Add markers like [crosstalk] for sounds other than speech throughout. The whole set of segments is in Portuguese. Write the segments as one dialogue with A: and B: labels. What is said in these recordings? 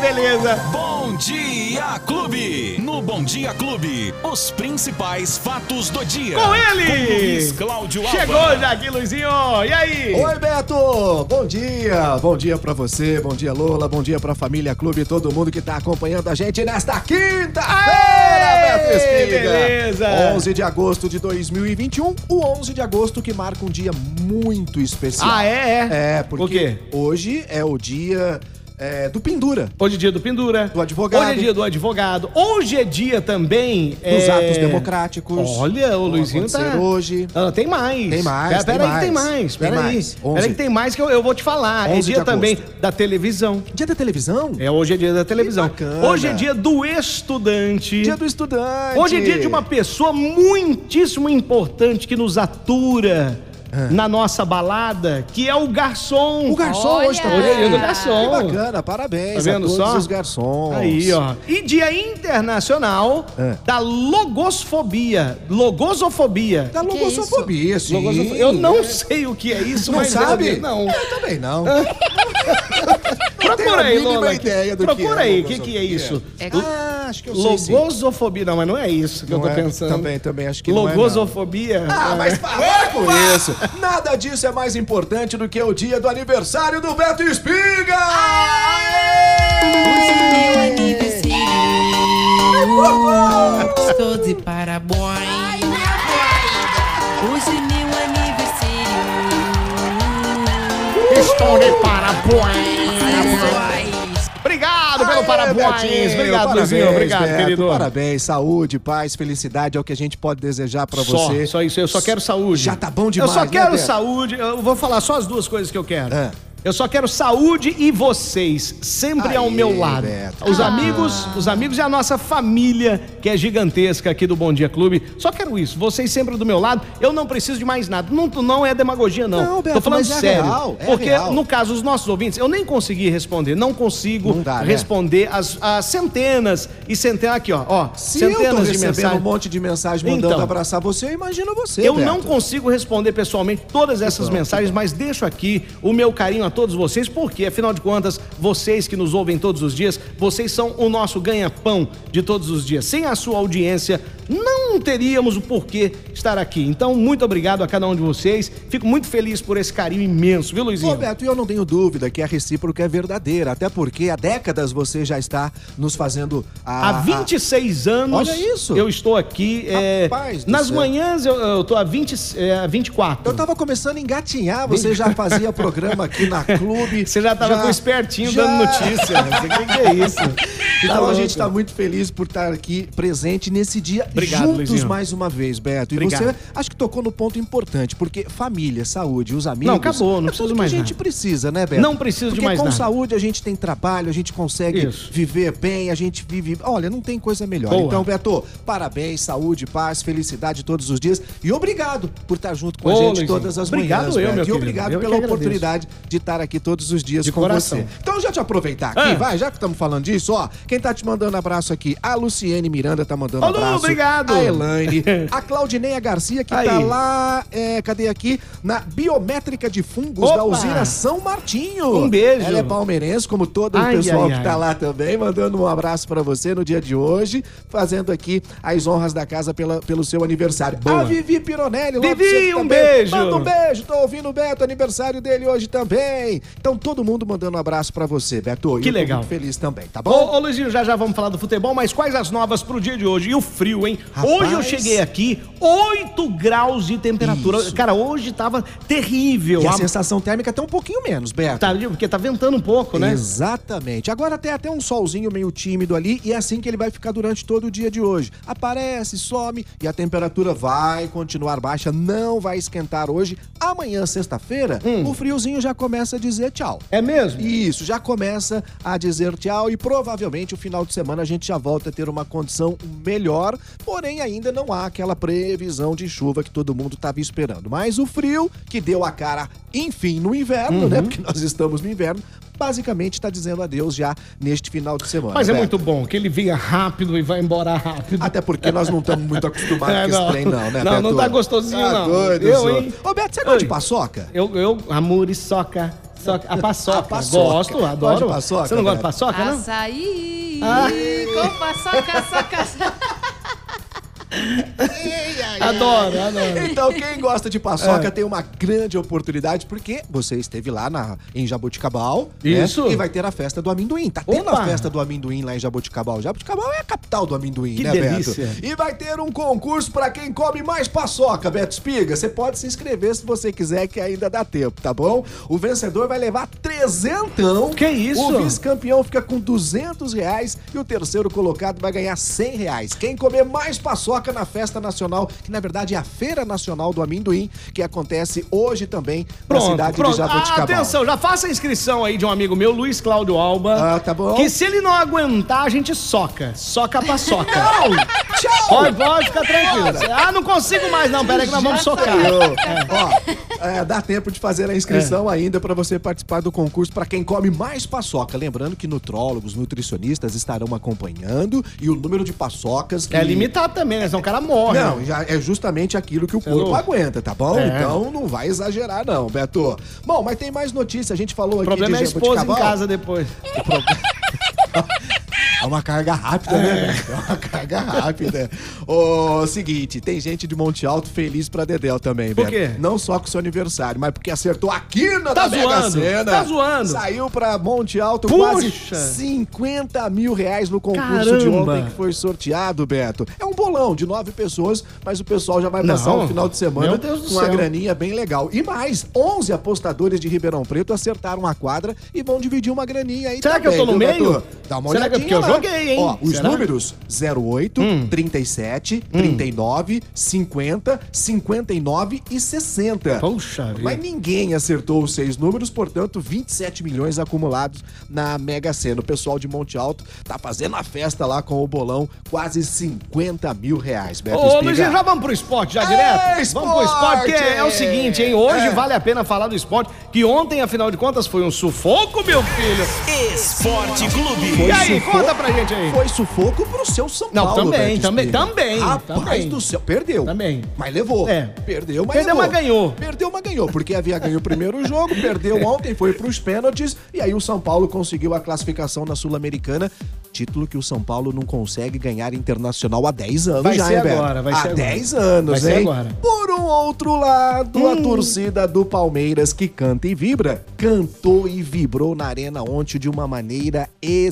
A: beleza.
B: Bom Dia Clube. No Bom Dia Clube, os principais fatos do dia.
A: Com
C: É.
A: ele!
B: Com Luiz Cláudio Alba.
A: Chegou já aqui, Luizinho. E aí?
C: Oi, Beto! Bom dia! Bom dia pra você, bom dia, Lola, bom dia pra família Clube e todo mundo que tá acompanhando a gente nesta quinta-feira,
A: Aê,
C: Beto Espiga!
A: beleza!
C: 11 de agosto de 2021, o 11 de agosto que marca um dia muito especial.
A: Ah, é? É.
C: É,
A: Por quê?
C: porque hoje é o dia é, do Pendura.
A: Hoje é dia do Pendura.
C: Do advogado.
A: Hoje é dia do advogado. Hoje é dia também...
C: Dos
A: é,
C: atos democráticos.
A: Olha, o
C: Vão
A: Luizinho tá...
C: acontecer hoje.
A: Ah, tem mais.
C: Tem mais,
A: Pera, pera aí que tem
C: tem
A: mais.
C: mais.
A: Pera
C: Tem
A: aí.
C: mais.
A: Pera aí que tem mais que eu, eu vou te falar. É
C: 11 de
A: dia também
C: agosto.
A: da televisão.
C: Dia da televisão?
A: É, hoje é dia da televisão.
C: bacana.
A: Hoje é dia do estudante.
C: Dia do estudante.
A: Hoje é dia de uma pessoa muitíssimo importante que nos atura na nossa balada, que é o garçom.
C: Ah. O garçom
D: Olha!
C: hoje também.
A: Hoje é dia do
C: Que
A: garçom.
C: bacana, parabéns
A: Tá vendo
C: a todos
A: só?
C: os garçons.
A: Aí, ó. E dia internacional
C: É.
A: da logosfobia. Logosofobia.
C: Da logosofobia, sim.
A: Logosofo- Eu não sei o que é isso,
C: Não
A: mas eu-
C: sabe?
A: não.
C: Eu também não. Ah,
A: Procura
C: tenho a
A: aí,
C: mínima
A: Lola.
C: ideia do que
A: Procura
C: é
A: aí, o que, que é
C: logosofobia.
A: isso?
D: É
C: Ah, acho que eu sei sim.
A: Logosofobia. Não, mas não é isso que eu
C: Não
A: tô
C: é,
A: pensando.
C: Também, também, acho que não é, não.
A: Logosofobia.
C: Ah,
A: É.
C: mas para com isso. Nada disso é mais importante do que o dia do aniversário do Beto Espiga!
D: Meu aniversário. Estou de parabéns. Hoje é meu aniversário.
A: Estou de parabéns.
D: Parabéns.
A: Obrigado pelo
C: Aê,
A: parabéns.
C: Betinho,
A: Obrigado,
C: parabéns,
A: Luizinho. Obrigado,
C: Beto,
A: querido.
C: Parabéns, saúde, paz, felicidade é o que a gente pode desejar pra
A: Só,
C: você.
A: só isso. Eu só quero saúde.
C: Já tá bom demais,
A: Eu só
C: né,
A: quero
C: Beto?
A: saúde. Eu vou falar só as duas coisas que eu quero.
C: É.
A: Eu só quero saúde e vocês sempre ao
C: Aí,
A: meu lado.
C: Beto. Ah.
A: Os amigos, os amigos e a nossa família que é gigantesca aqui do Bom Dia Clube. Só quero isso. Vocês sempre do meu lado. Eu não preciso de mais nada. Não, não é demagogia não.
C: Não, Beto,
A: Tô falando
C: mas é
A: sério.
C: real, é
A: porque
C: real.
A: no caso os nossos ouvintes, eu nem consegui responder. Não consigo
C: Não dá, né?
A: responder as, as centenas e centenas aqui ó. ó
C: Se eu tô
A: centenas de
C: recebendo
A: mensagens.
C: um monte de mensagem mandando
A: Então.
C: abraçar você, eu imagino você,
A: Eu
C: Beto.
A: não consigo responder pessoalmente todas essas
C: tá
A: mensagens, mas deixo aqui o meu carinho a todos vocês, porque, afinal de contas, vocês que nos ouvem todos os dias, vocês são o nosso ganha-pão de todos os dias. Sem a sua audiência, não teríamos o porquê estar aqui. Então, muito obrigado a cada um de vocês. Fico muito feliz por esse carinho imenso, viu, Luizinho?
C: Roberto, e eu não tenho dúvida que a recíproca é verdadeira, até porque há décadas você já está nos fazendo a,
A: Há 26 anos
C: Ah, Olha isso.
A: eu estou aqui. é,
C: Rapaz do
A: nas
C: céu.
A: manhãs eu, eu tô há 20, é, há 24.
C: Eu tava começando a engatinhar, você já fazia programa aqui
A: [laughs]
C: na clube.
A: Você já tava com o espertinho dando notícia. O que, que é isso?
C: [laughs] Então
A: louco.
C: a gente tá muito feliz por estar aqui presente nesse dia
A: Obrigado,
C: juntos
A: Luizinho.
C: mais uma vez, Beto. E
A: Obrigado.
C: você acho que tocou no ponto importante, porque família, saúde, os amigos.
A: Não, acabou, não
C: é
A: preciso
C: tudo que
A: mais
C: a gente
A: nada.
C: precisa, né, Beto?
A: Não preciso de
C: porque
A: mais
C: com
A: nada.
C: saúde a gente tem trabalho, a gente consegue
A: Isso.
C: viver bem, a gente vive. Olha, não tem coisa melhor.
A: Boa.
C: Então, Beto, parabéns, saúde, paz, felicidade todos os dias e obrigado por estar junto com
A: Ô,
C: a gente
A: Luizinho,
C: todas as
A: obrigado
C: manhãs,
A: eu, meu
C: Beto. E
A: querido.
C: obrigado
A: Eu que
C: pela
A: agradeço.
C: oportunidade de estar aqui todos os dias
A: De
C: com
A: coração.
C: você. Então, já te aproveitar aqui,
A: Ah.
C: vai, já que estamos falando disso, ó, quem tá te mandando abraço aqui? A Luciene Miranda tá mandando
A: Ô, Lu,
C: abraço.
A: obrigado.
C: A Elaine, a Claudineia Garcia, que tá
A: Aí.
C: lá, é, cadê aqui? Na biométrica de fungos
A: Opa.
C: da usina São Martinho.
A: Um beijo.
C: Ela é palmeirense, como todo
A: Ai,
C: o pessoal
A: ai, ai.
C: que tá lá também, mandando um abraço pra você no dia de hoje, fazendo aqui as honras da casa pela, pelo seu aniversário.
A: Boa.
C: A Vivi Pironelli, lá
A: Vivi,
C: pra você
A: um
C: também.
A: beijo.
C: Manda um beijo, tô ouvindo o Beto, aniversário dele hoje também. Então todo mundo mandando um abraço pra você, Beto. E
A: Que
C: eu tô
A: legal. Oh,
C: muito feliz também, tá bom?
A: Ô, ô Luizinho, já já vamos falar do futebol, mas quais as novas pro dia de hoje? E o frio, hein?
C: Rapaz.
A: Hoje eu cheguei aqui, 8 graus de temperatura.
C: Isso.
A: Cara, hoje tava terrível.
C: E a
A: A-
C: sensação térmica tá um pouquinho menos, Beto.
A: tá, porque tá ventando um pouco, né?
C: Exatamente. Agora tem até um solzinho meio tímido ali e é assim que ele vai ficar durante todo o dia de hoje. Aparece, some e a temperatura vai continuar baixa, não vai esquentar hoje. Amanhã, sexta-feira,
A: Hum.
C: o friozinho já começa a dizer tchau.
A: É mesmo?
C: Isso, já começa a dizer tchau e provavelmente o final de semana a gente já volta a ter uma condição melhor, porém ainda não há aquela previsão de chuva que todo mundo estava esperando. Mas o frio, que deu a cara, enfim, no inverno,
A: Uhum.
C: né? Porque nós estamos no inverno, basicamente está dizendo adeus já neste final de semana.
A: Mas é
C: Beto.
A: muito bom que ele venha rápido e vai embora rápido.
C: Até porque nós não
A: [laughs]
C: estamos muito acostumados
A: É,
C: com
A: não.
C: esse trem, não, né,
A: Não,
C: Beto?
A: não tá gostosinho, não.
C: Doido,
A: Eu,
C: senhor.
A: hein?
C: Ô, Beto, você gosta é de
A: Oi.
C: paçoca?
A: Eu, eu, amor e soca. Paçoca. A paçoca.
C: A paçoca.
A: Gosto,
C: Gosta
A: adoro.
C: de paçoca,
A: Você não gosta de
C: Vera?
A: paçoca, não?
E: Açaí.
A: Ah.
E: Com paçoca, soca, soca.
A: Adoro, adoro.
C: [laughs] Então, quem gosta de
A: É.
C: paçoca tem uma grande oportunidade, porque você esteve lá na, em Jaboticabal. né?
A: Isso.
C: E vai ter a festa do amendoim. Tá tendo
A: Opa!
C: a festa do amendoim lá em Jaboticabal. Jaboticabal é a capital do amendoim,
A: Que
C: né,
A: delícia.
C: Beto? E vai ter um concurso pra quem come mais paçoca, Beto Espiga. Você pode se inscrever se você quiser, que ainda dá tempo, tá bom? O vencedor vai levar trezentão.
A: Que isso?
C: O vice-campeão fica com 200 reais e o terceiro colocado vai ganhar 100 reais. Quem comer mais paçoca na Festa Nacional, que na verdade é a Feira Nacional do Amendoim, que acontece hoje também na cidade de
A: Ah,
C: Jaboticabal.
A: atenção, já faça a inscrição aí de um amigo meu, Luiz Cláudio Alba.
C: Ah, tá bom.
A: Que se ele não aguentar, a gente soca. Soca pra soca.
C: [laughs] Tchau!
A: Pode, pode, fica tranquilo. Ah, não consigo mais, não. Pera aí que nós vamos socar.
C: Ó, é, dá tempo de fazer a
A: É.
C: inscrição ainda pra você participar do concurso pra quem come mais paçoca. Lembrando que nutrólogos, nutricionistas estarão acompanhando e o número de paçocas que
A: É limitado também, né? Senão o cara morre.
C: Não,
A: né?
C: já é justamente aquilo que o
A: é
C: corpo
A: louco.
C: aguenta, tá bom?
A: É.
C: Então não vai exagerar, não, Beto. Bom, mas tem mais notícia. A gente falou
A: O
C: aqui
A: problema é a
C: de
A: esposa em
C: Jaboticabal.
A: casa depois.
C: É uma carga rápida, né, Beto? É uma carga rápida. Ô, seguinte, tem gente de Monte Alto feliz pra Dedel também,
A: Por
C: Beto.
A: quê?
C: Não só com o seu aniversário, mas porque acertou a quina
A: Tá
C: da Mega
A: zoando,
C: Sena.
A: tá zoando.
C: Saiu pra Monte Alto
A: Puxa!
C: quase 50 mil reais no concurso de
A: Caramba!
C: ontem que foi sorteado, Beto. É um bolão de nove pessoas, mas o pessoal já vai
A: Não,
C: passar um final de semana
A: meu Deus do
C: com uma
A: céu.
C: graninha bem legal. E mais, 11 apostadores de Ribeirão Preto acertaram a quadra e vão dividir uma graninha aí
A: Será que eu
C: também,
A: tô no
C: viu,
A: meio?
C: Beto? Dá uma
A: Será que- é
C: olhadinha
A: porque eu
C: lá.
A: joguei, hein?
C: Ó, os
A: Será? Hum.
C: números 08, 37, 39, 50, 59 e 60.
A: Poxa vida.
C: Mas ninguém acertou os seis números, portanto, 27 milhões acumulados na Mega Sena. O pessoal de Monte Alto tá fazendo a festa lá com o bolão, quase 50 mil reais, Beto
A: Ô,
C: Espiga.
A: Luizinho, já vamos pro esporte, já
C: É,
A: direto? Vamos pro
C: esporte!
A: esporte, que é, é o seguinte, hein? Hoje
C: É.
A: vale a pena falar do esporte, que ontem, afinal de contas, foi um sufoco, meu filho.
B: Esporte
A: E
B: Clube.
C: Foi
A: aí,
C: sufoco.
A: conta pra gente aí.
C: Foi sufoco pro seu São
A: Não,
C: Paulo.
A: também,
C: Beto
A: também,
C: Espiga.
A: também,
C: Rapaz
A: também.
C: do céu, perdeu.
A: Também.
C: Mas levou.
A: É.
C: Perdeu, mas
A: Perdeu, mas
C: levou.
A: ganhou.
C: Perdeu, mas ganhou. Porque havia ganho o primeiro
A: [laughs]
C: jogo, perdeu ontem, foi pros pênaltis. E aí o São Paulo conseguiu a classificação na Sul-Americana. Título que o São Paulo não consegue ganhar internacional há 10 anos
A: Vai
C: já,
A: ser
C: hein, Beto?
A: agora, vai
C: há
A: ser agora.
C: 10 anos,
A: Vai ser
C: hein?
A: agora. Hum.
C: Por um outro lado, a torcida do Palmeiras, que canta e vibra, cantou e vibrou na arena ontem de uma maneira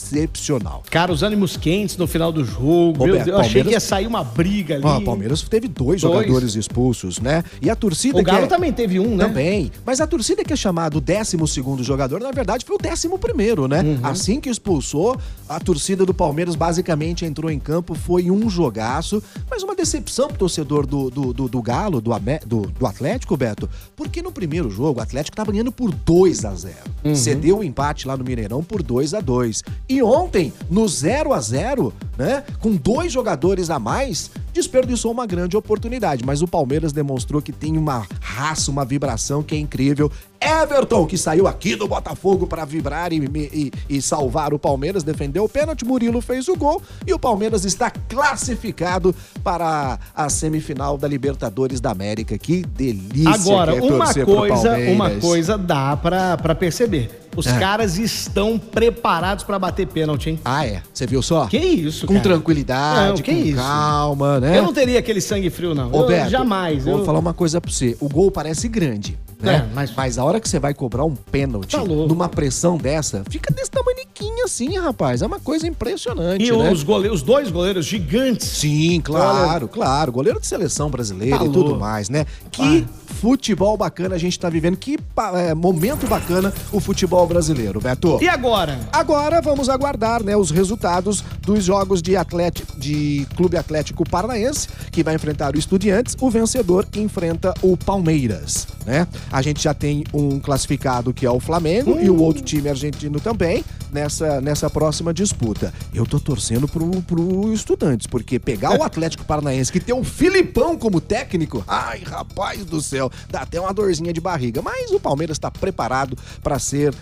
C: excepcional.
A: Cara, os ânimos quentes no final do jogo.
C: Ô,
A: meu
C: Beto,
A: Deus, eu achei
C: Palmeiras-
A: que ia sair uma briga ali.
C: Ó, o Palmeiras teve
A: Dois.
C: dois, jogadores expulsos, né? E a torcida
A: O Galo
C: que é...
A: também teve um, né?
C: Também. Mas a torcida que é chamada o 12 jogador, na verdade, foi o 11, né?
A: Uhum.
C: Assim que expulsou, a torcida do Palmeiras basicamente entrou em campo, foi um jogaço, mas uma decepção pro torcedor do, do, do, do Galo, do, Amé- do, do Atlético, Beto, porque no primeiro jogo o Atlético tava ganhando por 2 a 0
A: Uhum.
C: Cedeu o empate lá no Mineirão por 2 a 2 E ontem, no 0 a 0 né? Com dois jogadores a mais, desperdiçou uma grande oportunidade, mas o Palmeiras demonstrou que tem uma raça, uma vibração que é incrível. Everton, que saiu aqui do Botafogo para vibrar e, e- e salvar o Palmeiras, defendeu o pênalti, Murilo fez o gol e o Palmeiras está classificado para a semifinal da Libertadores da América. Que delícia!
A: Agora,
C: que é
A: uma
C: torcer pro
A: coisa,
C: Palmeiras. É.
A: uma coisa dá pra, pra perceber. Os caras estão preparados pra bater pênalti, hein?
C: Ah, é? Você viu só?
A: Que isso,
C: Com
A: cara?
C: tranquilidade,
A: Não, que
C: com
A: isso?
C: calma, né?
A: Eu não teria aquele sangue frio, não.
C: Ô,
A: Eu-
C: Beto,
A: jamais.
C: Vou
A: eu-
C: falar uma coisa pra você. O gol parece grande, né?
A: É,
C: mas...
A: mas-
C: a hora que você vai cobrar um pênalti
A: Tá louco.
C: numa pressão dessa, fica desse tamaniquinho assim, rapaz. É uma coisa impressionante,
A: E
C: né?
A: os, goleiros, os dois goleiros gigantes.
C: Sim, claro, claro. Goleiro de seleção brasileira
A: Tá
C: e tudo
A: louco.
C: mais, né? Que futebol bacana a gente tá vivendo. Que pa- é, momento bacana o futebol brasileiro, Beto.
A: E agora?
C: Agora vamos aguardar né, os resultados dos jogos de, atleti- de Clube Atlético Paranaense, que vai enfrentar o Estudiantes. O vencedor enfrenta o Palmeiras. Né? A gente já tem um classificado que é o Flamengo e o outro time argentino também nessa, nessa próxima disputa. Eu tô torcendo pro, pro Estudantes,
A: [laughs]
C: porque pegar o Atlético Paranaense, que tem um Filipão como técnico, ai rapaz do céu, dá até uma dorzinha de barriga. Mas o Palmeiras tá preparado para ser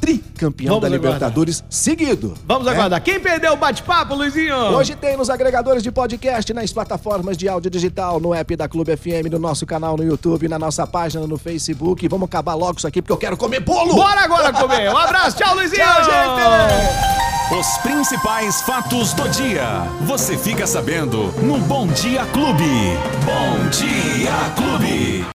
C: tricampeão
A: Vamos
C: da
A: aguardar.
C: Libertadores seguido.
A: Vamos
C: né?
A: aguardar. Quem perdeu o bate-papo, Luizinho?
C: Hoje é tem nos agregadores de podcast, nas plataformas de áudio digital, no app da Clube FM, no nosso canal no YouTube, na nossa página no Facebook. Vamos acabar logo isso aqui porque eu quero comer bolo!
A: Bora agora comer. Um abraço, tchau, Luizinho.
C: Tchau, gente!
B: Os principais fatos do dia. Você fica sabendo no Bom Dia Clube. Bom Dia Clube.